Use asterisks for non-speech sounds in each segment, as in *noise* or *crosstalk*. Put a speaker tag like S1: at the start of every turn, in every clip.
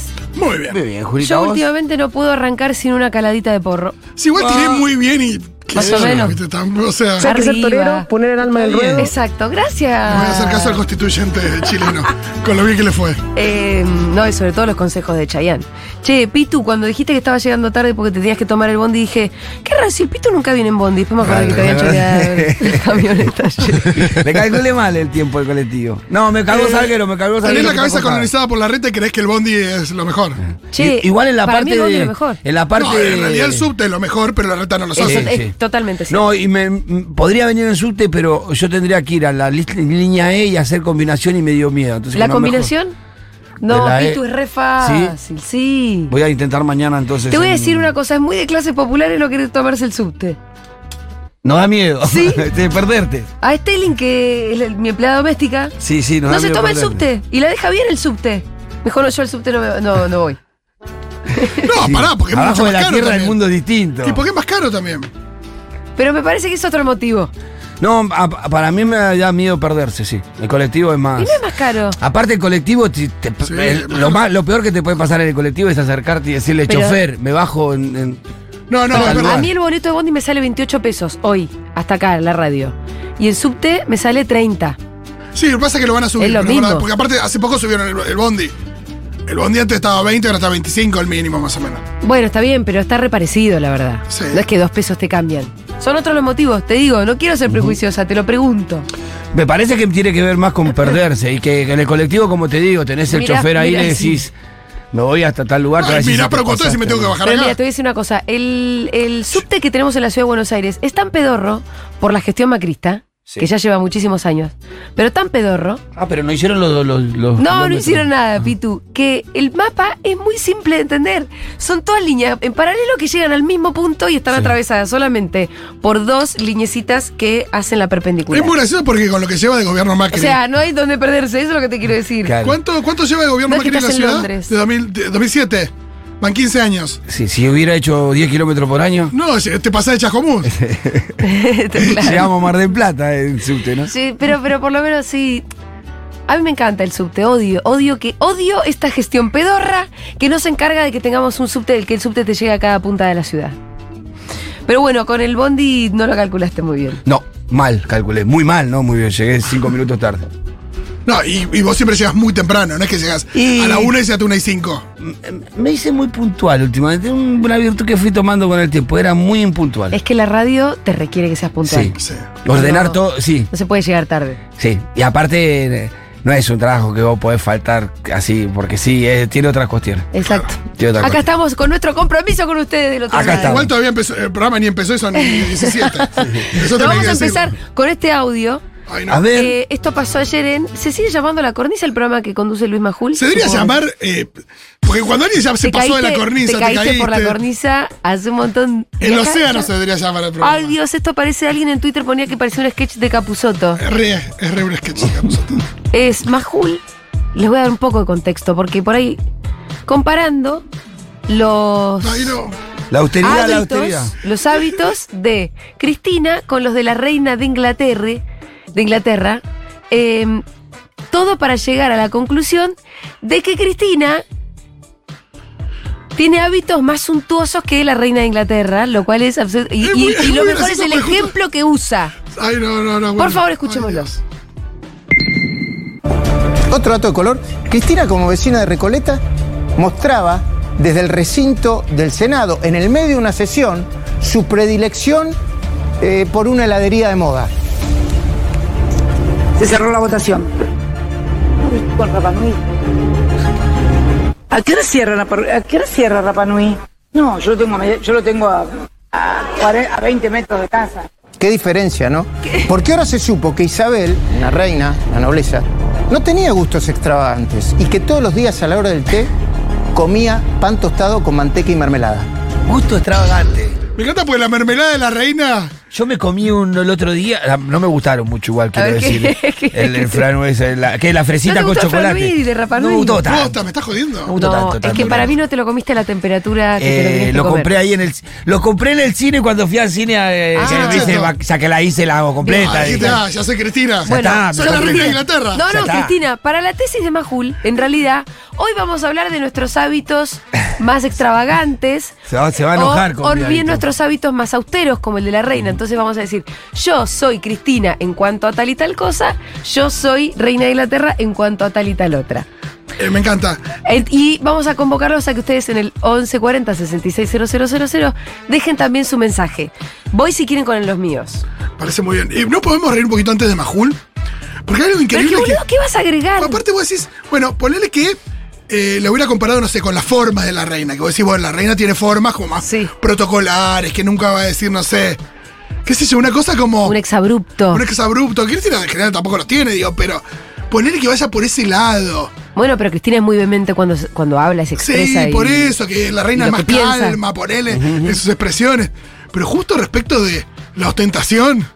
S1: bien.
S2: Muy bien, Julita.
S3: Yo
S2: ¿vos?
S3: últimamente no puedo arrancar sin una caladita de porro.
S1: Si igual tiré muy bien y. qué
S3: Ah. Más
S1: sé
S3: o
S1: yo,
S3: menos.
S1: ¿viste? Tampoco, o sea,
S4: O sea, hay que ser
S3: Arriba.
S4: torero, poner el alma del
S1: Está bien.
S4: ruedo.
S3: Exacto,
S1: voy a hacer caso al
S3: gracias.
S1: constituyente chileno, con lo bien que le fue.
S3: Eh, no, y sobre todo los consejos de Chayanne. Che, Pitu, cuando dijiste que estaba llegando tarde porque te tenías que tomar el bondi, dije, qué raro, si el Pitu nunca viene en bondi. Después me acuerdo que te habían choreado el *laughs* camión el
S2: *laughs*
S3: taller.
S2: Le calculé mal el tiempo al colectivo. No, me cagó Salguero, me cagó Salguero.
S1: Eh, Tenés la
S2: me
S1: cabeza
S2: cagó Salguero.
S1: colonizada por la reta y crees que el bondi es lo mejor.
S3: Che,
S2: I- Igual en la
S3: para
S2: parte
S3: mí el bondi
S2: de.
S3: es lo mejor.
S2: En la parte
S1: no, en realidad el
S2: de-
S1: subte es lo mejor, pero la reta no lo
S3: Es-
S1: hace.
S2: Sí,
S3: es
S2: sí.
S3: totalmente sí.
S2: No, y me, m- podría venir en subte, pero yo tendría que ir a la lis- línea E y hacer combinación y me dio miedo. Entonces,
S3: ¿La
S2: no, mejor.
S3: combinación? No,
S2: De la E.
S3: Pitu es re fácil, sí.
S2: Voy a intentar mañana entonces.
S3: Te voy a
S2: en-
S3: decir una cosa, es muy de clases populares no querer tomarse el subte.
S2: Nos da miedo. *laughs* Este,
S3: Sí.
S2: de perderte.
S3: A Estelin, que es la- mi empleada doméstica,
S2: Sí, sí, nos
S3: no
S2: da
S3: se
S2: miedo
S3: toma el
S2: perderte.
S3: subte y la deja bien el subte. Mejor no, yo el subte no, me- no, no voy.
S1: No, Ah, pará, porque es
S2: Abajo
S1: mucho más
S2: de la
S1: caro.
S2: tierra el
S1: también.
S2: mundo es distinto.
S1: Y porque es más caro también.
S3: Pero me parece que es otro motivo.
S2: No, a- para mí me da miedo perderse, sí. El colectivo es más.
S3: Y no es más caro.
S2: Aparte el colectivo, te- te-
S1: Sí,
S2: el-
S1: más-
S2: lo, más, lo peor que te puede pasar en el colectivo es acercarte y decirle,
S3: Pero-
S2: chofer, me bajo en... en-".
S1: No, no, es
S2: Pero al
S1: verdad.
S3: A
S2: lugar.
S3: mí el boleto de Bondi me sale 28 pesos hoy, hasta acá, en la radio. Y el subte me sale 30.
S1: Sí, lo que pasa es que lo van a subir.
S3: Es lo
S1: pero
S3: mismo.
S1: verdad, Porque aparte, hace poco subieron el, el bondi. El bondi antes estaba 20, ahora está 25 el mínimo, más o menos.
S3: Bueno, está bien, pero está reparecido, la verdad.
S1: Sí.
S3: No es que dos pesos te cambian. Son otros los motivos, te digo, no quiero ser prejuiciosa, te lo pregunto.
S2: Me parece que tiene que ver más con perderse y que en el colectivo, como te digo, tenés el
S3: Mirá,
S2: chofer ahí y
S3: mirá,
S2: le
S3: sí.
S2: decís, me voy hasta tal lugar. te va a
S1: Ay,
S2: decir
S1: mirá,
S2: si te
S1: pero cuánto si me
S2: pasaste".
S1: tengo que bajar
S3: Pero
S1: acá.
S3: mira, te voy a decir una cosa. El, el subte que tenemos en la ciudad de Buenos Aires es tan pedorro por la gestión macrista,
S2: Sí.
S3: que ya lleva muchísimos años, pero tan pedorro.
S2: Ah, pero no hicieron los... los, los-
S3: No,
S2: los- los
S3: no
S2: metros.
S3: hicieron nada, Pitu. Que el mapa es muy simple de entender. Son todas líneas en paralelo que llegan al mismo punto y están
S2: Sí.
S3: atravesadas solamente por dos lineecitas que hacen la perpendicular.
S1: Es muy gracioso porque con lo que lleva de gobierno
S3: o
S1: Macri.
S3: sea, no hay donde perderse, eso es lo que te quiero decir. *laughs*
S2: Claro.
S1: ¿cuánto, ¿Cuánto lleva de
S3: No
S1: gobierno
S3: es que
S1: Macri en la
S3: estás en
S1: ciudad?
S3: Londres.
S1: De, 2000 de 2007. Van 15 años.
S2: Sí, si hubiera hecho 10 kilómetros por año,
S1: No, te pasás de
S2: *laughs*
S1: Chascomús.
S3: Este, Claro.
S2: llegamos a Mar del Plata eh, en subte, ¿no?
S3: Sí, pero, pero por lo menos sí. A mí me encanta el subte, odio, odio que odio esta gestión pedorra que no se encarga de que tengamos un subte del que el subte te llega a cada punta de la ciudad. Pero bueno, con el bondi no lo calculaste muy bien.
S2: No, mal, calculé. Muy mal, ¿no? Muy bien, llegué 5 minutos tarde.
S1: No, y, y vos siempre llegas muy temprano, no es que llegas
S2: Y-
S1: a la 1 y seas a 1 y 5.
S2: Me hice muy puntual últimamente. un- Una virtud que fui tomando con el tiempo. Era muy impuntual.
S3: Es que la radio te requiere que seas puntual.
S2: Sí.
S1: Sí.
S2: Ordenar
S3: No.
S2: todo, sí,
S3: No se puede llegar tarde.
S2: sí. Y aparte, eh, no es un trabajo que vos podés faltar así, porque sí, eh, tiene otras cuestiones.
S3: Exacto.
S2: Tiene otras
S3: Acá
S2: cuestiones.
S3: estamos con nuestro compromiso con ustedes del otro
S2: Acá
S3: lado.
S2: estamos.
S1: Igual todavía empezó, el programa ni empezó y son
S2: *laughs*
S1: 17. Eso
S3: Pero
S1: tenés
S3: vamos
S1: que
S3: a
S1: decirlo.
S3: empezar con este audio.
S1: Ay,
S2: A
S1: no.
S2: ver,
S3: Eh, esto pasó ayer en. ¿Se sigue llamando La Cornisa el programa que conduce Luis Majul?
S1: Se debería
S3: Supongo.
S1: llamar. eh, porque cuando alguien ya
S3: Te
S1: se pasó de la
S3: caíste-
S1: cornisa,
S3: Te caíste, por la
S1: cornisa.
S3: cornisa hace un montón. de
S1: El
S3: acá-
S1: océano se debería llamar el programa.
S3: Ay Dios, esto parece alguien en Twitter ponía que parecía un sketch de Capusoto.
S1: Es re, es re un sketch,
S2: *laughs*
S1: digamos.
S3: Es Majul. Les voy a dar un poco de contexto, porque por ahí, comparando los
S1: Ay, no.
S2: la austeridad, la austeridad.
S3: hábitos, los hábitos de Cristina con los de la reina de Inglaterra, de Inglaterra, eh, todo para llegar a la conclusión de que Cristina tiene hábitos más suntuosos que la reina de Inglaterra, lo cual es absoluto. Y,
S1: Es
S3: y-
S1: muy- es
S3: y lo
S1: muy
S3: mejor es
S1: gracioso
S3: el
S1: porque justo-
S3: ejemplo que usa.
S1: Ay, no, no, no.
S3: Por
S1: bueno.
S3: favor,
S1: Ay,
S3: escuchémoslo.
S1: Dios.
S5: Otro dato de color, Cristina como vecina de Recoleta mostraba desde el recinto del Senado, en el medio de una sesión, su predilección eh, por una heladería de moda.
S6: Se cerró la votación. ¿A qué hora cierra, la par- a qué hora cierra Rapanui? No, yo lo tengo, a media- yo lo tengo a, a, cuare- a 20 metros de casa.
S5: Qué diferencia, ¿no? Porque ahora se supo que Isabel, la reina, la nobleza, no tenía gustos extravagantes y que todos los días a la hora del té comía pan tostado con manteca y mermelada.
S2: Gusto extravagante.
S1: Me encanta porque la mermelada de la reina.
S2: Yo me comí uno el otro día, la- no me gustaron mucho igual, quiero
S3: ver, ¿qué-
S2: decir.
S3: *laughs* qué-
S2: el el flan ese, la, que es la fresita
S3: ¿No te
S2: con
S3: gustó el flan
S2: chocolate.
S3: Luis de Ah, Rapa
S2: no me
S3: Nui?
S2: gustó tanto.
S1: Posta, me estás jodiendo.
S2: Me gustó
S3: No,
S2: tanto,
S3: es
S2: tanto,
S3: que para
S2: tanto.
S3: mí no te lo comiste a la temperatura que te lo
S2: Eh,
S3: tenías que
S2: lo
S3: comer.
S2: compré ahí en el lo compré en el cine cuando fui al cine eh,
S3: Ah.
S2: que me dice,
S1: Cheto.
S2: "Va- ya que la hice la hago completa
S1: Ay,
S2: dije.
S1: dijiste, ah, ya soy Cristina.
S2: está,
S1: soy la
S3: yo,
S1: reina de
S3: Cristina-
S1: Inglaterra.
S3: No,
S2: Ya
S3: no,
S2: está.
S3: Cristina, para la tesis de Majul, en realidad, Hoy vamos a hablar de nuestros hábitos más extravagantes.
S2: *laughs* Se va- se va a enojar
S3: o,
S2: con
S3: o
S2: mi
S3: bien
S2: hábito.
S3: nuestros hábitos más austeros, como el de la reina. Entonces vamos a decir, yo soy Cristina en cuanto a tal y tal cosa, yo soy reina de Inglaterra en cuanto a tal y tal otra.
S1: Eh, me encanta.
S3: Eh, Y vamos a convocarlos a que ustedes en el 1140-660000 dejen también su mensaje. Voy si quieren con los míos.
S1: Parece muy bien. ¿Y no podemos reír un poquito antes de Majul? Porque hay algo
S3: Pero
S1: increíble
S3: qué
S1: que.
S3: boludo, ¿qué vas a agregar?
S1: Aparte vos decís, bueno, ponele que eh, lo hubiera comparado, no sé, con las formas de la reina. Que vos decís, bueno, la reina tiene formas como más
S3: Sí.
S1: protocolares, que nunca va a decir, no sé, qué sé yo, una cosa como
S3: Un exabrupto.
S1: un exabrupto. Cristina en general tampoco los tiene, digo, pero ponele que vaya por ese lado.
S3: Bueno, pero Cristina es muy vehemente cuando, cuando habla y se expresa.
S1: sí,
S3: y-
S1: por eso, que la
S3: y
S1: reina es
S3: lo
S1: más
S3: que piensa.
S1: calma, ponele en sus expresiones. Pero justo respecto de la ostentación,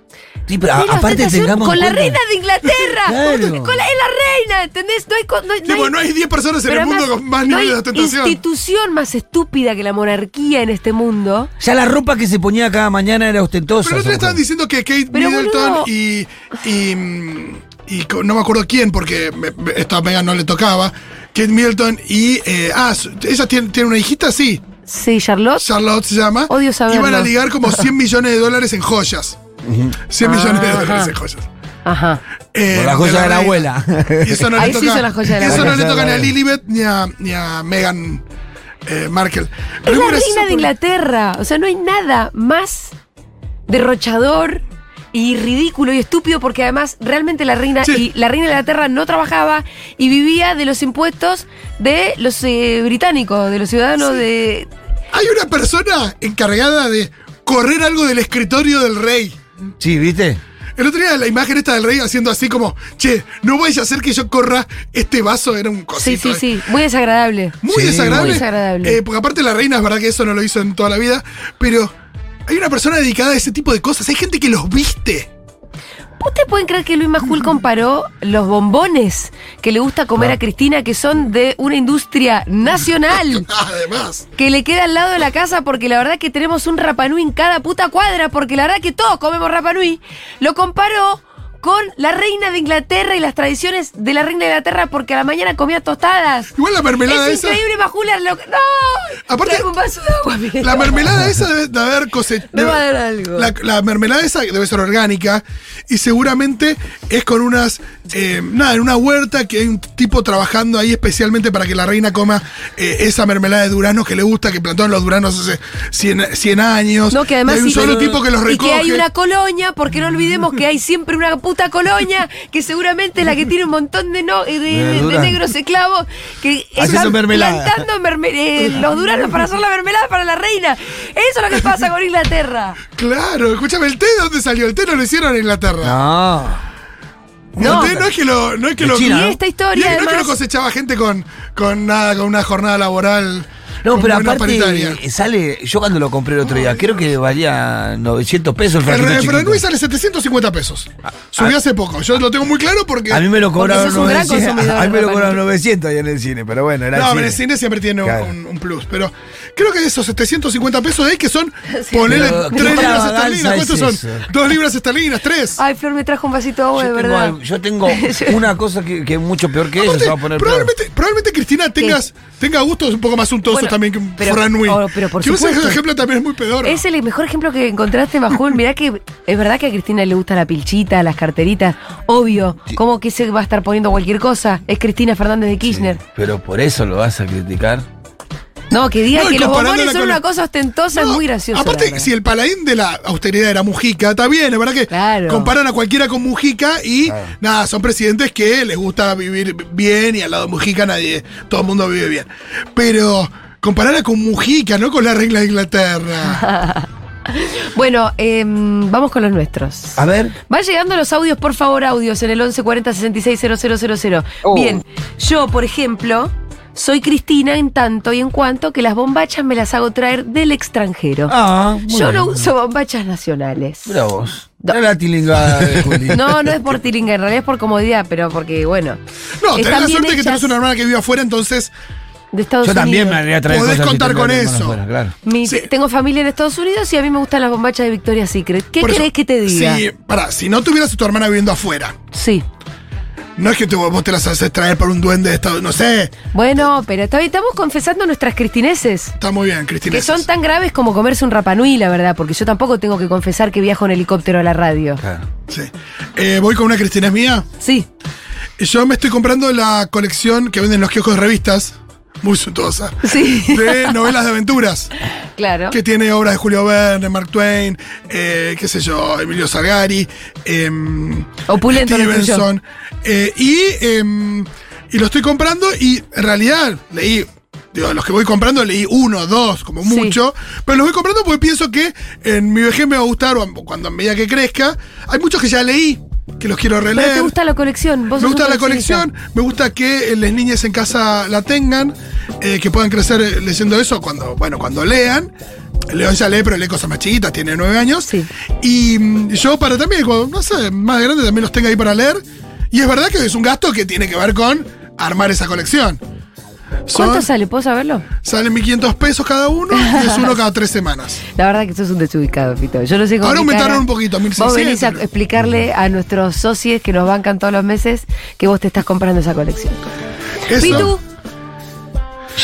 S2: Sí, pero a-
S3: Tiene
S2: aparte
S3: ostentación
S2: tengamos.
S3: Con
S2: en
S3: la
S2: cuenta-
S3: reina de
S1: *laughs*
S3: Inglaterra.
S2: Claro.
S3: Con la- es la reina, ¿entendés? No hay. co- No hay,
S1: Tipo, no hay 10 personas en
S3: pero
S1: el mundo
S3: además,
S1: con más
S3: no
S1: nivel
S3: hay
S1: de ostentación.
S3: institución más estúpida que la monarquía en este mundo.
S2: Ya la ropa que se ponía cada mañana era ostentosa.
S1: Pero el otro día
S2: Soco.
S1: estaban diciendo que Kate
S3: Pero, boludo.
S1: Middleton y, y, mm, y co- no me acuerdo quién, porque me- me- esto a Megan no le tocaba. Kate Middleton y. eh, ah, su- ella tiene, tiene una hijita, sí.
S3: Sí, Charlotte.
S1: Charlotte se llama.
S3: Odio saberlo.
S1: Iban a ligar como 100 millones de dólares en joyas. 100 millones de
S3: Ah, Ajá.
S1: dólares en joyas.
S3: Ajá.
S1: Eh,
S2: Por las joyas de la
S1: reina.
S2: abuela.
S3: *laughs*
S1: Y eso no le
S3: Ahí sí
S1: toca,
S3: son las joyas de la
S1: y eso
S2: abuela.
S1: no le toca ni a
S2: Joyas de la
S1: Lilibet ni a, ni a Meghan eh, Markle.
S3: Es
S1: muy
S3: la
S1: gracioso
S3: reina de
S1: porque-
S3: Inglaterra. O sea, no hay nada más derrochador y ridículo y estúpido porque además realmente la reina
S1: Sí.
S3: y la reina de Inglaterra no trabajaba y vivía de los impuestos de los eh, británicos, de los ciudadanos de
S1: Hay una persona encargada de correr algo del escritorio del rey.
S2: Sí, ¿viste?
S1: El otro día la imagen esta del rey haciendo así como, che, no vaya a hacer que yo corra este vaso, era un
S3: Sí, sí,
S1: cosito. eh.
S3: sí, muy desagradable.
S1: Muy
S2: Sí.
S1: desagradable.
S3: Muy desagradable.
S1: Eh, porque aparte la reina es verdad que eso no lo hizo en toda la vida, pero hay una persona dedicada a ese tipo de cosas. Hay gente que los viste. *laughs*
S3: ¿Ustedes pueden creer que Luis Majul comparó los bombones que le gusta comer a Cristina, que son de una industria nacional?
S1: Además.
S3: que le queda al lado de la casa porque la verdad que tenemos un Rapanui en cada puta cuadra, porque la verdad que todos comemos Rapanui, lo comparó con la reina de Inglaterra y las tradiciones de la reina de Inglaterra porque a la mañana comía tostadas.
S1: Igual la mermelada
S3: es
S1: esa.
S3: increíble, Majula. Lo... ¡No!
S1: Aparte-
S3: Traigo un vaso de agua, mira.
S1: La mermelada esa debe de haber cosechado.
S3: Me va a dar algo.
S1: La, la mermelada esa debe ser orgánica y seguramente es con unas. eh, nada, en una huerta que hay un tipo trabajando ahí especialmente para que la reina coma eh, esa mermelada de duranos que le gusta, que plantó en los duranos hace 100, 100 años.
S3: No, que además
S1: Y hay un
S3: sí-
S1: solo tipo que los
S3: y
S1: recoge.
S3: que hay una colonia, porque no olvidemos que hay siempre una puta colonia, que seguramente es la que tiene un montón de, no- eh, de, de- de negros esclavos, que
S2: Haciendo
S3: están
S2: mermelada.
S3: plantando merme- eh, los duranos para hacer la mermelada para la reina. Eso es lo que pasa con Inglaterra.
S1: Claro, escúchame, ¿el té de dónde salió? El té no lo hicieron en Inglaterra.
S2: No.
S1: No, no es que lo. No es que
S2: De
S1: lo
S2: China,
S3: Y
S2: ¿no?
S3: esta historia,
S1: no es que lo
S3: además,
S1: cosechaba gente con, con nada, con una jornada laboral.
S2: No,
S1: con
S2: pero
S1: buena paritaria.
S2: aparte eh, sale, yo cuando lo compré el otro día, creo que valía 900 pesos el
S1: El
S2: frasquito
S1: Re-
S2: chiquito. Ah.
S1: Franui sale 750 pesos. Subió hace poco. Yo lo tengo muy claro porque.
S2: A mí me lo
S3: Porque
S2: cobraron
S3: sos un gran
S2: 900.
S3: consumidor,
S2: *laughs* A mí me lo
S3: Rafa
S2: cobraron
S3: Núñez.
S2: 900 ahí en el cine, pero bueno, era
S1: No,
S2: el
S1: pero el cine siempre tiene un-
S2: Claro.
S1: un, un plus. Pero creo que de esos 750 pesos de ahí que son.
S3: *laughs* Sí.
S1: Ponele
S2: Pero,
S1: 3
S2: ¿qué
S1: libras
S2: extravaganza
S1: esterlinas.
S2: es
S1: ¿Cuántos
S2: eso?
S1: son? 2 libras esterlinas, 3.
S3: Ay, Flor me trajo un vasito de
S2: Yo
S3: agua, de
S2: tengo,
S3: Oh, verdad.
S2: algo- yo
S3: *laughs*
S2: tengo una cosa que, que es mucho peor que eso, se va a poner peor.
S1: probablemente, probablemente Cristina tengas, tenga gustos un poco más untuosos
S3: Bueno,
S1: también que un
S3: pero-
S1: Franui.
S3: oh, pero por
S1: que vos ese
S3: supuesto.
S1: ejemplo también es muy pedor.
S3: Es el mejor ejemplo que encontraste, Majul. Mirá que es verdad que a Cristina le gusta la pilchita, las carteritas. Obvio, ¿cómo que se va a estar poniendo cualquier cosa? Es Cristina Fernández de Kirchner.
S2: Pero por eso lo vas a criticar.
S3: No, que diga
S1: No, y
S3: que los
S1: comparándola
S3: bombones son
S1: con la-
S3: una cosa ostentosa
S1: No,
S3: es muy gracioso. la
S1: Aparte,
S3: verdad.
S1: si el paladín de la austeridad era Mujica, está bien, es verdad que
S3: Claro.
S1: comparan a cualquiera con Mujica y
S2: Claro.
S1: nada, son presidentes que les gusta vivir bien y al lado de Mujica nadie, todo el mundo vive bien. Pero compararla con Mujica, no con la regla
S3: *laughs*
S1: de Inglaterra.
S3: Bueno, em, vamos con los nuestros.
S2: A ver,
S3: Va llegando los audios, por favor, audios en el 1140 660000.
S1: Oh.
S3: Bien, yo, por ejemplo, soy Cristina en tanto y en cuanto que las bombachas me las hago traer del extranjero.
S2: ah, muy
S3: yo no
S2: bien.
S3: uso bombachas nacionales.
S2: Mira vos.
S3: No.
S2: Mira la tilingada de Juli.
S3: *laughs* No, no es por tiringa, en realidad es por comodidad, pero porque, bueno.
S1: No, tenés
S3: están
S1: la
S3: bien
S1: suerte que tenés
S3: hechas
S1: una hermana que vive afuera, entonces
S3: De Estados
S2: Yo también me
S3: Unidos.
S2: haría traer
S1: Podés
S2: cosas que
S1: contar
S2: tengo
S1: con
S2: de hermanos
S1: eso.
S2: fuera, claro.
S3: Mi-
S1: Sí.
S3: Tengo familia en Estados Unidos y a mí me gustan las bombachas de Victoria's Secret. ¿Qué
S1: por eso,
S3: querés que te diga?
S1: Si, pará, si no tuvieras a tu hermana viviendo afuera,
S3: Sí.
S1: No es que te, vos te las haces traer por un duende de Estado. No sé.
S3: Bueno, pero todavía estamos confesando nuestras cristineces.
S1: Está muy bien, Cristina.
S3: Que son tan graves como comerse un rapanui, la verdad, porque yo tampoco tengo que confesar que viajo en helicóptero a la radio.
S2: Claro.
S1: Sí. Eh, voy con una Cristina mía.
S3: Sí.
S1: Yo me estoy comprando la colección que venden los kioscos de revistas. Muy suntuosa.
S3: Sí. *laughs*
S1: *laughs* De novelas de aventuras.
S3: Claro.
S1: Que tiene obras de Julio Verne, Mark Twain, eh, qué sé yo, Emilio Salgari, em,
S3: Opulento lo tuyo.
S1: Stevenson. eh, y, em, y lo estoy comprando y en realidad leí, digo, los que voy comprando leí uno, dos, como
S3: Sí.
S1: mucho, pero los voy comprando porque pienso que en mi vejez me va a gustar o cuando a medida que crezca. Hay muchos que ya leí, que los quiero releer.
S3: Pero te gusta la colección. ¿Vos
S1: Me
S3: sos un
S1: gusta la
S3: coleccionista.
S1: colección, me gusta que eh, las niñas en casa la tengan, eh, que puedan crecer eh, leyendo eso cuando, bueno, cuando lean. León ya lee, pero lee cosas más chiquitas, tiene nueve años.
S3: Sí.
S1: Y mm, yo para también, cuando, no sé, más grande también los tenga ahí para leer. Y es verdad que es un gasto que tiene que ver con armar esa colección. Son-
S3: ¿Cuánto sale? ¿Puedo saberlo?
S1: Salen 1.500 pesos cada uno y es uno cada tres *laughs* semanas.
S3: La verdad que sos un desubicado, Pito. Yo no sé cómo.
S1: Ahora
S3: mi cara-
S1: aumentaron un poquito,
S3: Vos venís a
S1: 1.600. pero-
S3: explicarle a nuestros socios que nos bancan todos los meses que vos te estás comprando esa colección.
S1: Eso,
S3: Pitu,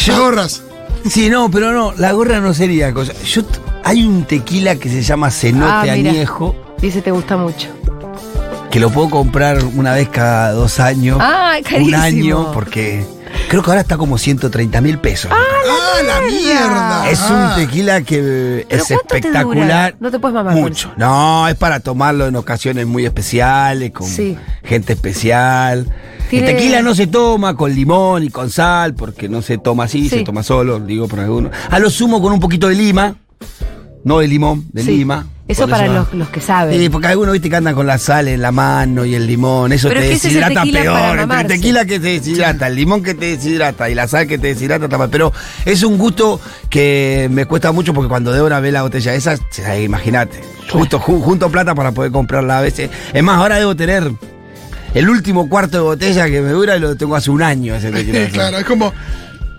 S1: las gorras.
S2: Sí, no, pero no, la gorra no sería cosa. Yo t- hay un tequila que se llama cenote
S3: Ah, mira.
S2: añejo,
S3: dice te gusta mucho.
S2: que lo puedo comprar una vez cada dos años.
S3: Ah,
S2: un
S3: carísimo.
S2: año, porque creo que ahora está como 130 mil pesos.
S1: ¡Ah, la mierda!
S2: Es
S1: Ah.
S2: un tequila que eh,
S3: ¿Pero cuánto
S2: es
S3: te dura?
S2: espectacular.
S3: No te puedes mamar con
S2: Mucho. No, es para tomarlo en ocasiones muy especiales, con
S3: Sí.
S2: gente especial.
S3: Tiene-
S2: El tequila no se toma con limón y con sal, porque no se toma así,
S3: Sí.
S2: se toma solo, digo por alguno. A lo sumo con un poquito de lima, no de limón, de
S3: Sí.
S2: lima.
S3: Eso
S2: Por
S3: para
S2: va.
S3: los, los que saben.
S2: Sí, porque algunos viste que andan con la sal en la mano y el limón, eso
S3: Pero
S2: te
S3: es que ese es el
S2: deshidrata
S3: tequila para
S2: peor. Entre el
S3: mamarse.
S2: tequila que te deshidrata, el limón que te deshidrata y la sal que te deshidrata también. Pero es un gusto que me cuesta mucho porque cuando Débora ve la botella esa, se- ay, imagínate, justo ju- junto plata para poder comprarla a veces. Es más, ahora debo tener el último cuarto de botella que me dura y lo tengo hace un año
S1: *laughs*
S2: ese tequila.
S1: Sí, claro, es como.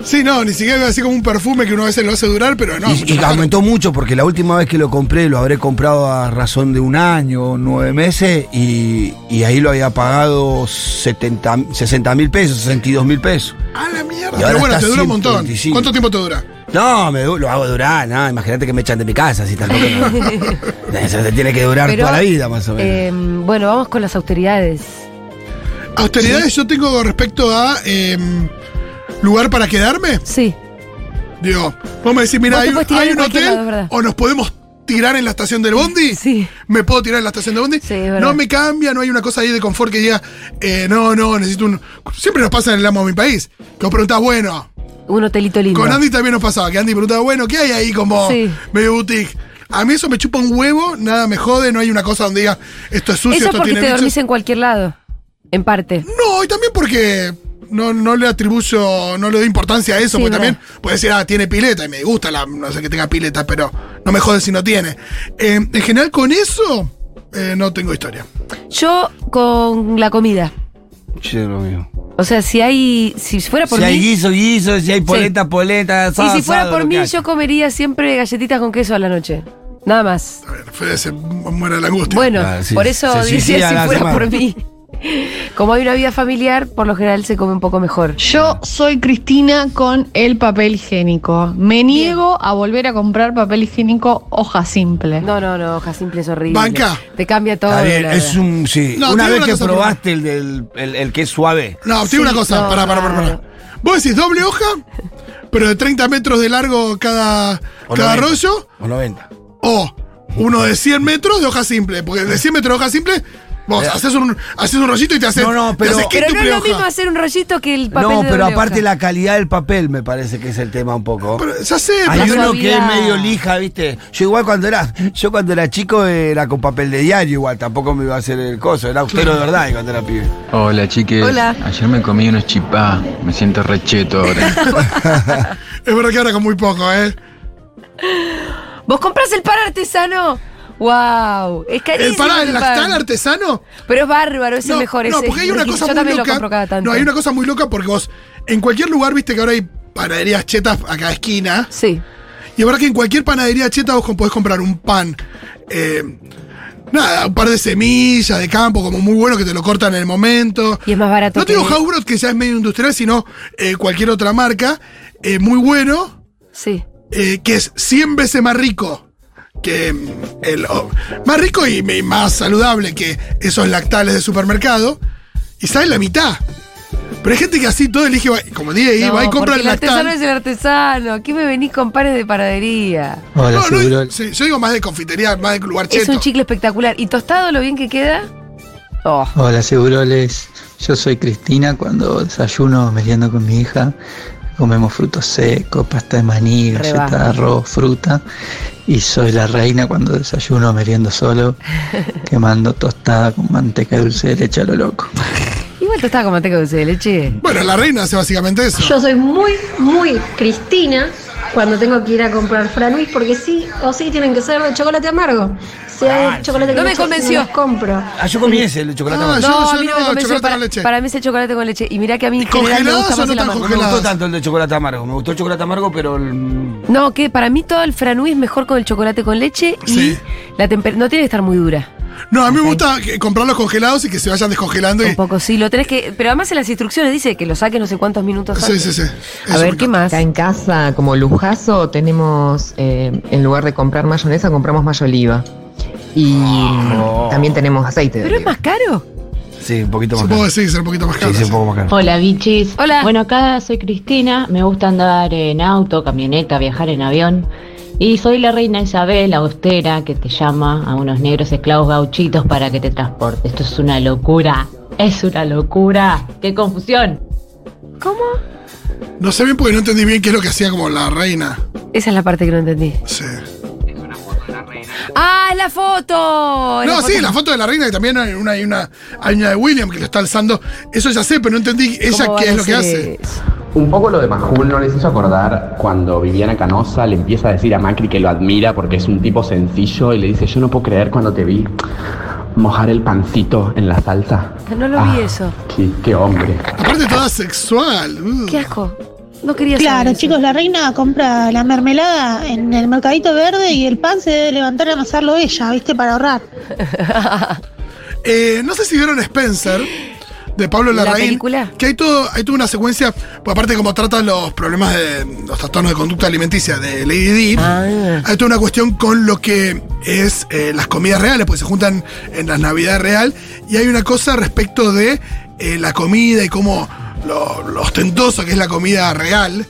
S1: Sí, no, ni siquiera así como un perfume que uno a veces lo hace durar, pero no.
S2: Y-
S1: mucho
S2: y,
S1: más caro.
S2: aumentó mucho porque la última vez que lo compré lo habré comprado a razón de un año, nueve meses, y, y ahí lo había pagado 70, 60 mil pesos, 62 mil pesos.
S1: A la mierda.
S2: Y
S1: Pero
S2: ahora
S1: bueno, te
S2: está
S1: dura un montón.
S2: 125.
S1: ¿Cuánto tiempo te dura?
S2: No, me du- lo hago durar, nada, imagínate que me echan de mi casa, así tampoco.
S3: *laughs*
S2: no. Eso te tiene que durar
S3: Pero,
S2: toda la vida, más o menos.
S3: eh, bueno, vamos con las austeridades.
S1: Austeridades yo tengo con respecto a em, lugar para quedarme.
S3: Sí.
S1: Digo, vos me decís, mira,
S3: Vos te
S1: hay,
S3: podés tirar
S1: hay
S3: en
S1: un
S3: cualquier
S1: hotel
S3: lado, es verdad.
S1: o nos podemos tirar en la estación del Bondi.
S3: Sí.
S1: Me puedo tirar en la estación del Bondi.
S3: Sí, es verdad.
S1: no me cambia, no hay una cosa ahí de confort que diga, eh, no, no, necesito un. Siempre nos pasa en el amo de mi país. Que vos preguntás, bueno,
S3: Un hotelito lindo.
S1: Con Andy también nos pasaba, que Andy preguntaba, bueno, ¿qué hay ahí como
S3: Sí.
S1: medio boutique? A mí eso me chupa un huevo, nada me jode, no hay una cosa donde diga, esto es sucio,
S3: Eso
S1: esto
S3: porque
S1: tiene
S3: te
S1: bichos.
S3: dormís en cualquier lado. En parte.
S1: No, y también porque no, no le atribuyo, no le doy importancia a eso,
S3: Sí,
S1: porque
S3: verdad.
S1: también puede decir, ah, tiene pileta, y me gusta la, no sé que tenga pileta, pero no me jode si no tiene. Eh, en general, con eso, eh, no tengo historia.
S3: Yo con la comida.
S2: Yo lo mismo.
S3: O sea, si hay. Si fuera por
S2: Si
S3: mí.
S2: hay guiso, guiso, si hay poleta, poleta,
S3: y
S2: asado,
S3: si fuera
S2: asado,
S3: por
S2: lo que
S3: mí,
S2: haya.
S3: yo comería siempre galletitas con queso a la noche. Nada más.
S1: A ver, Fede se muere de la angustia.
S3: Bueno,
S2: Ah, sí,
S3: por eso
S2: se suicida
S3: decía *laughs* si
S2: la
S3: fuera
S2: semana.
S3: por mí. Como hay una vida familiar, por lo general se come un poco mejor.
S4: Yo soy Cristina con el papel higiénico. Me niego a volver a comprar papel higiénico hoja simple.
S3: No, no, no, hoja simple es horrible.
S1: Banca.
S3: Te cambia todo.
S2: ¿Eh? Está bien,
S3: la
S2: es
S3: verdad.
S2: un, sí.
S1: No,
S2: una
S1: tiene
S2: vez
S1: una
S2: que
S1: cosa,
S2: probaste el, del, el, el que es suave.
S1: No, te
S3: Sí,
S1: digo una cosa,
S3: no,
S1: pará, pará, pará, pará.
S3: no.
S1: Vos decís doble hoja, pero de 30 metros de largo cada,
S2: o
S1: cada
S2: 90,
S1: rollo,
S2: O 90.
S1: o uno de 100 metros de hoja simple. Porque el de 100 metros de hoja simple, vos
S2: Eh.
S1: haces un, haces un rollito y te haces.
S2: No, no,
S1: te
S2: pero-
S1: haces
S3: Pero no
S1: quíntuple
S3: es lo
S1: hoja.
S3: mismo hacer un rollito que el papel
S2: no,
S3: de
S2: pero
S3: doble
S2: aparte
S3: hoja.
S2: la calidad del papel me parece que es el tema un poco.
S1: Pero ya sé, pero
S2: Hay
S3: la
S2: uno que es
S3: suavidad.
S2: medio lija, ¿viste? Yo igual cuando era, yo cuando era chico era con papel de diario igual, tampoco me iba a hacer el coso, era austero de verdad cuando era pibe.
S7: Hola chiques,
S3: Hola.
S7: ayer me comí unos chipá, me siento recheto ahora.
S1: es verdad que ahora con muy poco, ¿eh?
S3: ¿Vos compras el pan artesano? ¡Wow! Es carísimo.
S1: El pará,
S3: ese
S1: el lactal artesano.
S3: Pero es bárbaro, es el mejor.
S1: no,
S3: ese.
S1: porque hay una
S3: Riqui-
S1: cosa
S3: Yo
S1: muy
S3: también
S1: loca.
S3: lo compro cada tanto.
S1: No, hay una cosa muy loca porque vos, en cualquier lugar, viste que ahora hay panaderías chetas a cada esquina.
S3: Sí.
S1: Y es verdad que en cualquier panadería cheta vos com- podés comprar un pan eh, nada, un par de semillas de campo, como muy bueno, que te lo cortan en el momento.
S3: Y es más barato
S1: No te digo
S3: que-
S1: Hausbrot, que ya es medio industrial, sino eh, cualquier otra marca, eh, muy bueno,
S3: Sí.
S1: eh, que es 100 veces más rico que mm, el. o- más rico y, y más saludable que esos lactales de supermercado, y sale la mitad. Pero hay gente que así todo elige, va- como dije, ahí,
S3: No,
S1: va y compra
S3: porque
S1: el
S3: el artesano
S1: lactal.
S3: es el artesano. Aquí me venís con pares de panadería.
S8: *laughs* Hola,
S1: No, no,
S8: seguro.
S1: sí, yo digo más de confitería, más de lugar cheto.
S3: Es un chicle espectacular. ¿Y tostado lo bien que queda? Oh.
S8: Hola, seguroles. Yo soy Cristina. Cuando desayuno meriendo con mi hija, comemos frutos secos, pasta de maní,
S3: Re
S8: galleta de
S3: baja.
S8: arroz, fruta. Y soy la reina cuando desayuno
S3: *laughs*
S8: meriendo solo, quemando tostada con manteca y dulce de leche a lo loco.
S3: Igual tostada con manteca de dulce de leche.
S1: Bueno, la reina hace básicamente eso.
S9: Yo soy muy, muy Cristina cuando tengo que ir a comprar Franuis porque sí o sí tienen que ser de chocolate amargo. Sea de chocolate
S3: no
S9: con
S3: me
S9: leche,
S3: convenció.
S9: no los compro.
S2: Ah, yo comí ese, el chocolate.
S1: Ah,
S2: amargo.
S1: yo-
S3: No, a
S1: yo
S3: mí no,
S1: no,
S3: me convenció.
S1: chocolate
S3: Para,
S1: con leche.
S3: para mí es el chocolate con leche. Y mirá que a mí en general me
S1: congelados
S3: gusta
S1: o
S3: más
S1: no
S3: el
S1: tan
S3: amargo.
S2: No me gustó
S1: congeladas.
S2: tanto el de chocolate amargo. Me gustó el chocolate amargo, pero el-
S3: No, que para mí todo el franui es mejor con el chocolate con leche y
S1: Sí.
S3: la temperatura no tiene que estar muy dura.
S1: No, a mí me gusta que- comprarlos congelados y que se vayan descongelando.
S3: Un
S1: Y,
S3: poco sí, lo tenés que, pero además en las instrucciones dice que lo saques no sé cuántos minutos
S1: sí,
S3: antes.
S1: sí, sí.
S3: A
S1: Eso
S3: ver
S1: me
S3: qué
S1: encanta.
S3: más.
S10: Acá en casa, como lujazo, tenemos, eh, en lugar de comprar mayonesa, compramos mayoliva. Y también tenemos aceite de
S3: Pero es
S10: oliva.
S3: más caro.
S2: Sí, un poquito más.
S1: Supongo
S2: caro.
S1: que sí, que será un poquito más
S2: Sí,
S1: caro.
S2: sí, un poco más caro.
S11: Hola bichis.
S3: Hola.
S11: Bueno, acá soy Cristina, me gusta andar en auto, camioneta, viajar en avión. Y soy la reina Isabel, austera, que te llama a unos negros esclavos gauchitos para que te transporte. Esto es una locura, es una locura. ¡Qué confusión!
S3: ¿Cómo?
S1: No sé bien porque no entendí bien qué es lo que hacía como la reina.
S3: Esa es la parte que no entendí.
S1: Sí.
S3: Ah, es la foto. Es
S1: No, sí,
S3: foto.
S1: la foto de la reina que también hay una, hay una, hay una de William que lo está alzando. Eso ya sé, pero no entendí ella
S3: ¿Cómo
S1: qué
S3: van
S1: es
S3: a
S1: lo que
S3: hacer
S1: hace.
S3: eso?
S12: Un poco lo de Majul no les hizo acordar cuando Viviana Canosa le empieza a decir a Macri que lo admira porque es un tipo sencillo y le dice, yo no puedo creer cuando te vi mojar el pancito en la salsa.
S3: No lo
S1: Ah.
S3: vi eso.
S12: Qué, qué hombre.
S1: Aparte toda sexual. uh.
S3: Qué asco. No quería saber
S11: Claro,
S3: eso.
S11: chicos, la reina compra la mermelada en el mercadito verde y el pan se debe levantar a amasarlo ella, ¿viste? Para ahorrar.
S1: Eh, no sé si vieron Spencer de Pablo
S3: ¿La
S1: Larraín.
S3: película?
S1: Que hay todo, hay toda una secuencia, pues aparte como trata los problemas de los trastornos de conducta alimenticia de Lady Di,
S3: Ah.
S1: hay toda una cuestión con lo que es eh, las comidas reales, pues se juntan en la Navidad real y hay una cosa respecto de eh, la comida y cómo lo, lo ostentoso que es la comida real.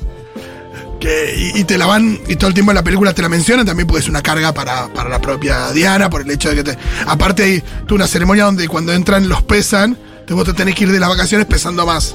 S1: Que, y, y te la van, y todo el tiempo en la película te la mencionan también porque es una carga para, para la propia Diana, por el hecho de que te. Aparte hay toda una ceremonia donde cuando entran los pesan, te vos te tenés que ir de las vacaciones pesando más.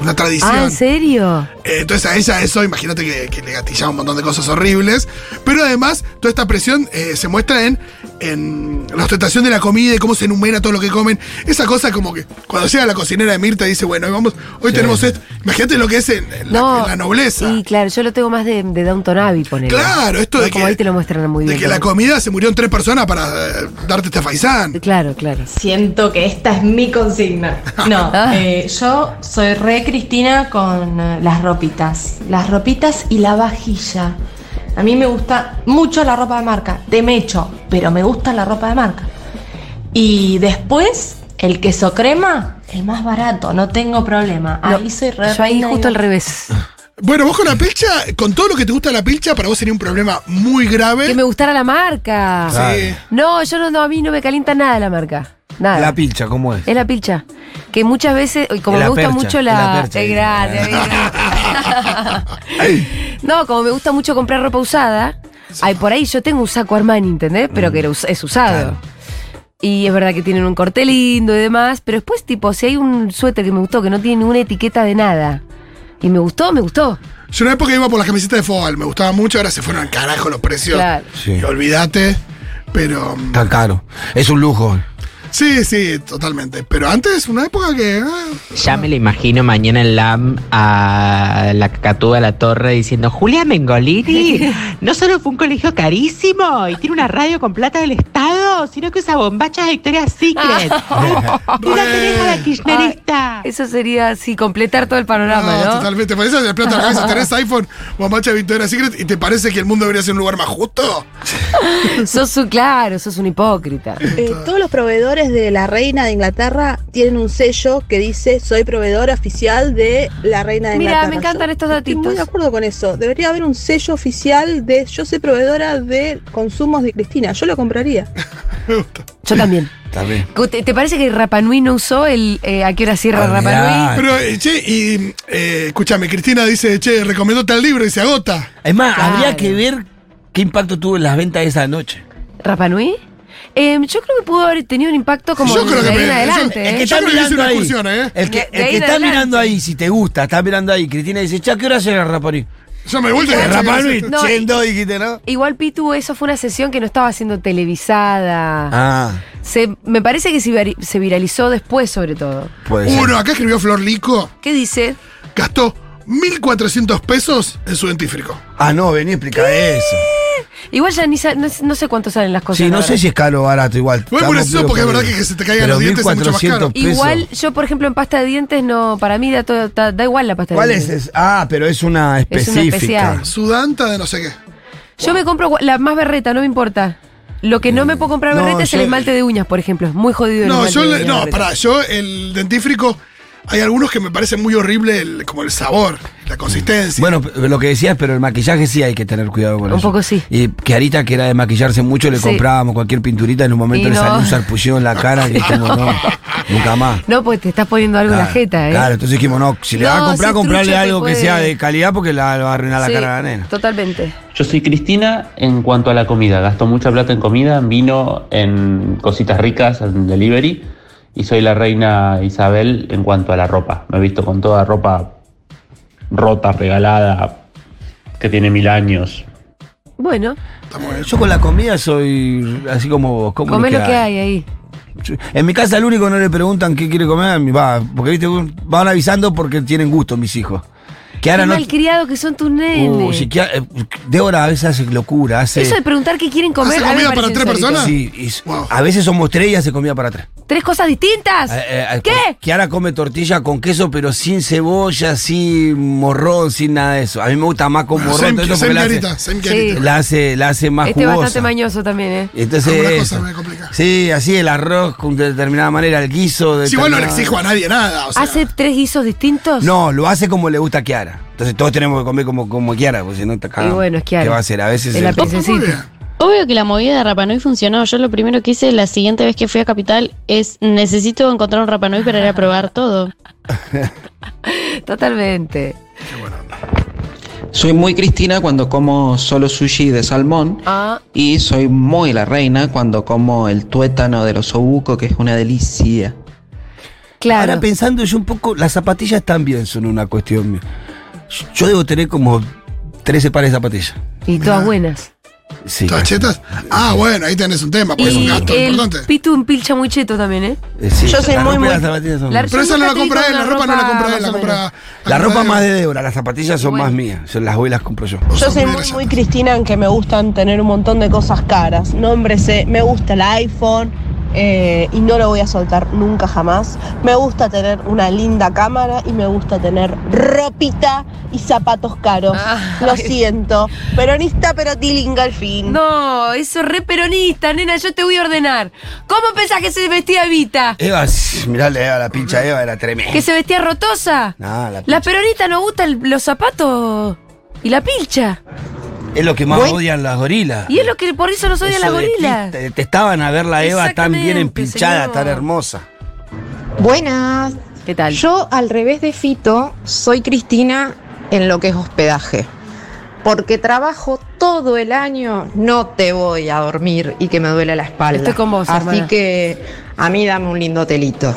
S1: Una tradición.
S3: Ah, ¿en serio?
S1: Eh, entonces a ella eso, imagínate que, que le gatillaba un montón de cosas horribles. Pero además, toda esta presión eh, se muestra en, en la ostentación de la comida y cómo se enumera todo lo que comen. Esa cosa como que cuando llega la cocinera de Mirta y dice, bueno, hoy vamos, hoy tenemos esto. Imagínate lo que es en, en la, en la nobleza.
S3: Y claro, yo lo tengo más de, de Downton Abbey, ponele.
S1: Claro, esto
S3: No,
S1: de
S3: Como
S1: que-
S3: ahí te lo muestran muy
S1: De
S3: bien.
S1: que la comida se murió en tres personas para eh, darte este faisán.
S3: Claro, claro.
S11: Siento que esta es mi consigna.
S3: *laughs*
S11: No,
S3: Ah.
S11: eh, yo soy re Cristina con eh, las ropitas. Las ropitas y la vajilla. A mí me gusta mucho la ropa de marca, de mecho, pero me gusta la ropa de marca. Y después, el queso crema, el más barato, no tengo problema.
S3: No,
S11: Ahí soy re
S3: Yo ahí
S11: reina
S3: justo
S11: y-
S3: al revés.
S1: ¿Eh? Bueno, vos con la pilcha, con todo lo que te gusta la pilcha, para vos sería un problema muy grave.
S3: Que me gustara la marca.
S1: Sí.
S3: No, yo no, no, a mí no me calienta nada la marca. Nada.
S2: La pincha, ¿cómo es?
S3: es la pilcha. Que muchas veces, y como
S2: Es la
S3: me gusta
S2: percha,
S3: mucho
S2: es
S3: la.
S2: la percha.
S3: Eh,
S2: *laughs*
S3: gracias, bien, gracias. no, como me gusta mucho comprar ropa usada, ay, por ahí yo tengo un saco Armani, ¿entendés? Pero
S2: Mm.
S3: que era us- es usado. Y es verdad que tienen un corte lindo y demás, pero después, tipo, si hay un suéter que me gustó, que no tiene ninguna etiqueta de nada, y me gustó, me gustó.
S1: Yo en una época iba por las camisetas de Fobal, me gustaba mucho, ahora se fueron al carajo los precios.
S3: Claro.
S2: Sí.
S1: Y olvídate. Pero. mm,
S2: Tan caro. Es un lujo.
S1: Sí, sí, totalmente. Pero antes, una época que. ah,
S10: Ya me lo imagino mañana en LAM a la cacatúa de la torre diciendo, Julia Mengolini, no solo fue un colegio carísimo y tiene una radio con plata del Estado,
S13: no, sino que usa bombachas de Victoria's Secret.
S3: Una
S14: Ah.
S3: kirchnerista. eso sería así, completar todo el panorama, ¿no?
S1: Totalmente, por eso te explota la cabeza. Tenés iPhone, bombacha de Victoria's Secret y te parece que el mundo debería ser un lugar más justo.
S3: *laughs* sos un, claro, sos un hipócrita.
S14: Eh, todos los proveedores de la reina de Inglaterra tienen un sello que dice soy proveedor oficial de la reina de
S3: Mira,
S14: Inglaterra.
S3: me encantan
S14: Yo
S3: estos datitos.
S14: Estoy muy de acuerdo con eso. Debería haber un sello oficial de yo soy proveedora de consumos de Cristina. Yo lo compraría.
S3: Yo también.
S2: También.
S3: ¿Te, te parece que Rapanui no usó el eh, a qué hora
S2: Ah,
S3: cierra Rapanui?
S1: Pero, eh, che, y eh, escúchame, Cristina dice, che, recomendó tal libro y se agota.
S2: Es más,
S3: Claro.
S2: habría que ver qué impacto tuvo en las ventas de esa noche.
S3: ¿Rapanui? Eh, yo creo que pudo haber tenido un impacto como
S1: Yo creo
S3: de ahí
S1: que me-
S3: en
S1: yo-
S3: adelante.
S1: es
S3: ¿eh?
S2: El que está
S1: creo que hice
S2: mirando
S1: una
S2: ahí.
S1: excursión, ¿eh?
S2: El que,
S3: De- de
S2: el
S3: ahí
S2: que
S3: en
S2: está
S3: adelante.
S2: mirando ahí, si te gusta, está mirando ahí. Cristina dice, che, ¿a qué hora
S1: *laughs*
S2: llega Rapanui?
S1: Yo me vuelto y
S2: Rapanui,
S3: No, y-
S2: yendo, dijiste, ¿no?
S3: Igual Pitu, eso fue una sesión que no estaba siendo televisada.
S2: Ah,
S3: Se, me parece que se, vari- se viralizó después, sobre todo.
S2: puede ser.
S1: Uno, acá escribió Flor Lico,
S3: ¿Qué dice?
S1: gastó 1.400 pesos en su dentífrico.
S2: Ah, no, vení, explica eso.
S3: Igual ya ni sa- no, sé- no sé cuánto salen las cosas.
S2: Sí, no
S3: ahora.
S2: sé si es caro o barato igual.
S1: Igual por
S2: Estamos
S1: eso, porque es
S2: medio
S1: verdad que que se te caigan
S2: Pero
S1: los dientes es mucho más
S2: 1400
S1: caro.
S2: pesos.
S3: Igual, yo, por ejemplo, en pasta de dientes, no, para mí da, todo- da, da igual la pasta
S2: ¿Cuál
S3: de
S2: es?
S3: dientes.
S2: Es- Ah, pero es una
S3: Es una
S2: específica.
S3: especial.
S1: Sudanta de no sé qué.
S3: Yo me compro gua- la más berreta, no me importa. Lo que no me puedo comprar
S2: no,
S3: berreta es
S2: yo-
S3: el esmalte de uñas, por ejemplo. Es muy jodido el
S1: Eh, No,
S3: esmalte
S1: yo,
S3: de
S1: le-
S3: uñas
S1: no,
S3: berreta.
S1: pará, yo el dentífrico, hay algunos que me parecen muy horrible, el- como el sabor, la consistencia.
S2: Bueno, p- lo que decías, pero el maquillaje sí hay que tener cuidado con
S3: Un
S2: eso.
S3: poco sí.
S2: Y que Arita, que era de maquillarse mucho, le
S3: Sí.
S2: comprábamos cualquier pinturita, en un momento
S3: Y
S2: le salió
S3: no.
S2: un sarpullido en la cara, que dijimos, no,
S1: *laughs*
S2: nunca más.
S3: No, pues te estás poniendo algo en la
S2: Claro,
S3: jeta, ¿eh?
S2: Claro, entonces dijimos, no, si le
S3: No,
S2: vas a comprar,
S3: si
S2: comprarle
S3: trucho te
S2: algo
S3: puede-
S2: que sea de calidad porque la, va a arruinar
S3: Sí,
S2: la cara a la nena.
S3: Totalmente.
S15: Yo soy Cristina en cuanto a la comida. Gasto mucha plata en comida, en vino, en cositas ricas, en delivery. Y soy la reina Isabel en cuanto a la ropa. Me he visto con toda ropa rota, regalada, que tiene mil años.
S3: Bueno,
S2: Yo con la comida soy así como vos. como
S3: comés lo que hay ahí.
S2: En mi casa al único no le preguntan qué quiere comer, a mi- va, porque viste, van avisando porque tienen gusto mis hijos. Que ahora
S3: Qué
S2: no.
S3: malcriado que son tus nenes.
S2: Uh, sí, que, eh, Débora a veces hace locura, hace.
S3: Eso Ah. de preguntar qué quieren comer.
S1: ¿Hace
S3: a mí me
S1: comida
S3: parece
S1: para tres
S3: insólito.
S1: personas?
S2: Sí, y s- a veces somos tres y hace comida para tres.
S3: ¿Tres cosas distintas?
S2: Eh, eh,
S3: ¿Qué?
S2: Kiara come tortilla con queso, pero sin cebolla, sin morrón, sin nada de eso. A mí me gusta más con
S1: Bueno,
S2: morrón.
S1: same-
S2: todo eso
S1: same
S2: porque la,
S1: Kiarita,
S2: hace,
S1: same Kiarita.
S2: la hace, la hace más
S3: Este es bastante
S2: jugosa.
S3: mañoso también, ¿eh?
S2: Entonces,
S1: Algunas
S2: eso.
S1: cosas me complican.
S2: sí, así el arroz con- de determinada manera, el guiso. De
S1: Si igual no le
S2: determinada-
S1: exijo a nadie nada, o sea.
S3: ¿Hace tres guisos distintos?
S2: No, lo hace como le gusta a Kiara. Entonces todos tenemos que comer como, como Kiara, porque si no te
S3: Y bueno, es Kiara.
S2: Ah, ¿Qué va a hacer? A veces
S3: Es la
S2: el-
S3: princesita.
S16: Obvio que la movida de Rapanui funcionó. Yo lo primero que hice la siguiente vez que fui a Capital es necesito encontrar un Rapanui para ir a probar todo.
S3: *laughs* Totalmente.
S17: Soy muy Cristina cuando como solo sushi de salmón
S3: Ah,
S17: y soy muy la reina cuando como el tuétano de los obuco, que es una delicia.
S3: claro.
S2: Ahora pensando yo un poco, las zapatillas también son una cuestión mía. Yo debo tener como 13 pares de zapatillas.
S3: y
S2: Ah.
S3: todas buenas.
S2: Sí.
S1: ¿Todas chetas? Ah, bueno, ahí tenés un tema, porque es un
S3: Y
S1: gasto
S3: el
S1: importante.
S3: pitu un pilcha muy cheto también, ¿eh?
S2: Eh, sí,
S1: Yo soy
S2: la
S1: muy,
S2: ropa y
S1: muy-
S2: las zapatillas son-
S3: La-
S1: Pero
S3: yo
S1: esa no
S3: nunca
S1: la
S3: te vi
S1: compra
S3: con
S1: él, la
S3: una
S1: ropa no la
S3: ropa
S1: compra él, la
S3: más o
S1: compra.
S2: La ropa
S1: compra
S2: más
S1: él.
S2: de Débora, las zapatillas son más mías. Yo las voy y las compro yo.
S14: Yo soy muy, muy Cristina en que me gustan tener un montón de cosas caras. Nómbrese, me gusta el iPhone eh, y no lo voy a soltar nunca jamás. Me gusta tener una linda cámara y me gusta tener ropita y zapatos caros. Lo siento. Peronista pero tilinga al fin.
S3: No, eso es re peronista, nena, yo te voy a ordenar. ¿Cómo pensás que se vestía Evita?
S2: Eva, sí, mirá la Eva, la pincha Eva era tremenda.
S3: ¿Que se vestía rotosa?
S2: Nah, la
S3: ¿Las peronistas no gustan los zapatos y la pilcha?
S2: Es lo que más
S3: Bueno.
S2: odian las gorilas.
S3: Y es lo que por eso los odian
S2: Eso
S3: las
S2: de-
S3: gorilas.
S2: te- Detestaban a ver la Eva tan bien
S13: Exactamente,
S2: empinchada,
S13: señor.
S2: tan hermosa.
S13: Buenas.
S3: ¿Qué tal?
S13: Yo, al revés de Fito, soy Cristina en lo que es hospedaje. Porque trabajo todo el año, no te voy a dormir y que me duele la espalda.
S3: Estoy con vos,
S13: Así
S3: hermana.
S13: que a mí dame un lindo hotelito.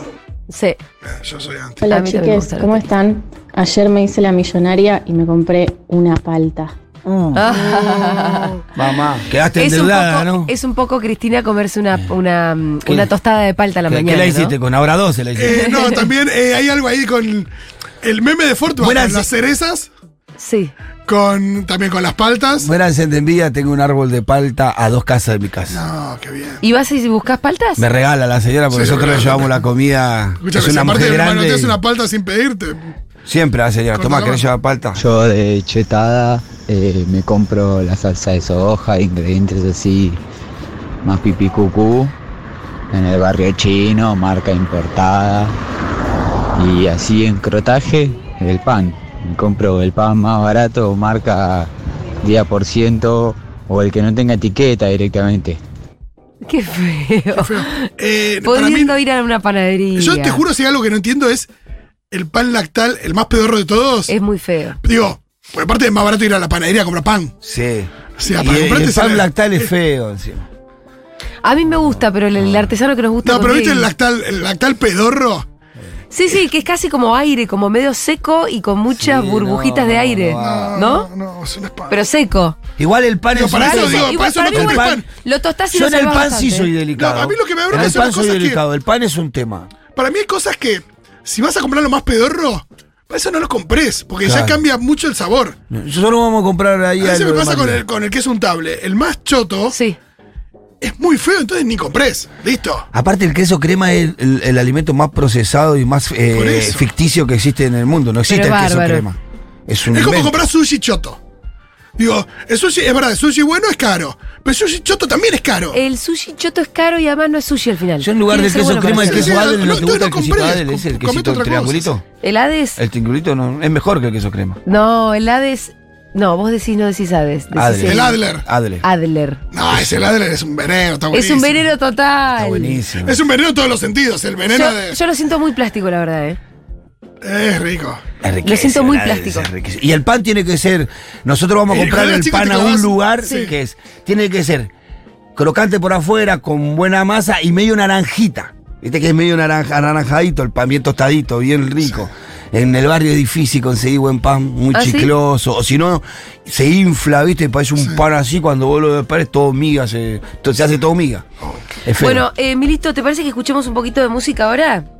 S3: Sí.
S1: Yo soy anti.
S3: A
S16: Hola
S3: mí también me gusta
S16: chiques,
S3: la
S16: ¿cómo están? Ayer me hice la millonaria y me compré una palta.
S2: Mamá, Ah, quedaste
S3: Ah. es, un
S2: endeudada,
S3: poco,
S2: ¿no?
S3: es un poco Cristina comerse una, una, mm,
S2: ¿Qué?
S3: una tostada de palta a la
S2: ¿Qué,
S3: mañana.
S2: qué la
S3: ¿no?
S2: hiciste? Con ahora 12 *laughs* la hiciste.
S1: Eh, no, también eh, hay algo ahí con el meme de Fortnite,
S2: Buenas-
S1: las cerezas.
S3: Sí.
S1: Con, también con las paltas.
S2: Verán, si te envía, tengo un árbol de palta a dos casas de mi casa.
S1: No, Ah, qué bien.
S3: ¿Y vas y buscas paltas?
S2: Me regala la señora porque
S1: Sí,
S2: nosotros le
S1: claro.
S2: llevamos la comida.
S1: Escucha,
S2: es
S1: que si
S2: una
S1: aparte
S2: mujer
S1: de hermano
S2: grande.
S1: te hace una palta sin pedirte.
S2: Siempre la señora.
S1: Corta
S2: Toma,
S1: la
S2: ¿querés llevar palta?
S18: Yo de chetada eh, me compro la salsa de soja, ingredientes así, más pipí cucú, en el barrio chino, marca importada. Y así en crotaje, el pan. Me compro el pan más barato, marca 10% o el que no tenga etiqueta directamente.
S3: Qué feo.
S1: Eh, para mí,
S3: Pudiendo ir a una panadería.
S1: yo te juro si hay algo que no entiendo es el pan lactal, el más pedorro de todos.
S3: Es muy feo.
S1: Digo, porque aparte es más barato ir a la panadería a comprar pan.
S2: Sí.
S1: O sea,
S2: Y
S1: para
S2: el-
S1: comprarte
S2: el
S1: sale-
S2: pan lactal es feo encima.
S3: A mí me gusta, pero el, el artesano que nos gusta.
S1: No, pero
S3: contigo.
S1: viste el lactal, el lactal pedorro.
S3: Sí, sí, que es casi como aire, como medio seco y con muchas burbujitas de aire. ¿No?
S1: No, no, es un espanto.
S3: Pero seco.
S2: Igual el pan
S1: Digo,
S2: es
S1: para
S2: un-
S1: eso digo, para
S3: Igual,
S1: eso no
S3: para mí
S1: compres
S3: igual
S1: pan.
S3: Lo tostás y
S2: Yo
S3: lo
S2: en el pan
S3: salvás
S2: sí
S3: bastante.
S2: soy delicado.
S1: No, a mí lo que me
S2: en
S1: abronca
S2: el
S1: son
S2: pan
S1: las
S2: soy
S1: cosas que-
S2: delicado. El pan es un tema.
S1: Para mí hay cosas que, si vas a comprar lo más pedorro, para eso no lo compres, porque ya
S2: Claro.
S1: cambia mucho el sabor.
S2: Nosotros vamos a comprar ahí
S1: A veces me
S2: algo de
S1: pasa con
S2: María.
S1: el, con el que es untable. El más choto es muy feo, entonces ni compres. Listo.
S2: Aparte, el queso crema es el, el alimento más procesado y más eh,
S1: Por eso.
S2: ficticio que existe en el mundo. No existe
S1: Pero
S2: el
S1: es
S2: queso
S1: bárbaro.
S2: crema. Es un
S1: es como
S2: invento.
S1: comprar sushi choto. Digo, el sushi, es verdad, el sushi bueno es caro, pero el sushi choto también es caro.
S3: El sushi choto es caro y además no es sushi al final.
S2: Yo en lugar
S3: Tiene
S2: del
S3: que ser
S2: queso
S3: bueno
S2: crema,
S3: para
S2: el
S3: hacer.
S2: queso
S1: Sí,
S2: adel,
S1: no,
S2: lo
S1: no,
S2: que gusta el
S1: no
S2: quesito
S1: compré,
S2: adel es el
S1: comete otra
S2: quesito
S1: cosa.
S2: triangulito.
S3: ¿El Hades?
S2: El triangulito no, es mejor que el queso crema.
S3: No, el Hades. No, vos decís, no decís Hades. decís
S2: Adler.
S1: El Adler.
S2: Adler.
S3: Adler.
S1: No, ese el Adler es un veneno, está
S3: Es
S1: buenísimo.
S3: un veneno total.
S2: Buenísimo.
S1: Es un veneno en todos los sentidos, el veneno
S3: Yo,
S1: de...
S3: yo lo siento muy plástico, la verdad, ¿eh?
S1: Es rico.
S2: Es riquísimo,
S3: siento muy
S2: el Adler
S3: plástico.
S2: es riquísimo. Y el pan tiene que ser. Nosotros vamos a
S1: Eh,
S2: comprar
S1: joder,
S2: el
S1: chico,
S2: pan
S1: te
S2: a un
S1: clavas.
S2: lugar
S1: Sí.
S2: que es. Tiene que ser crocante por afuera, con buena masa y medio naranjita. Viste que es medio naranja, anaranjadito, el pan bien tostadito, bien rico. En el barrio es difícil conseguir buen pan, muy
S3: ¿Ah, sí?
S2: chicloso. O si no, se infla, ¿viste? Y parece un pan así, cuando vos lo despares, todo miga, se, to- se hace todo miga. Es feo.
S3: Bueno, eh, Milito, ¿te parece que escuchemos un poquito de música ahora?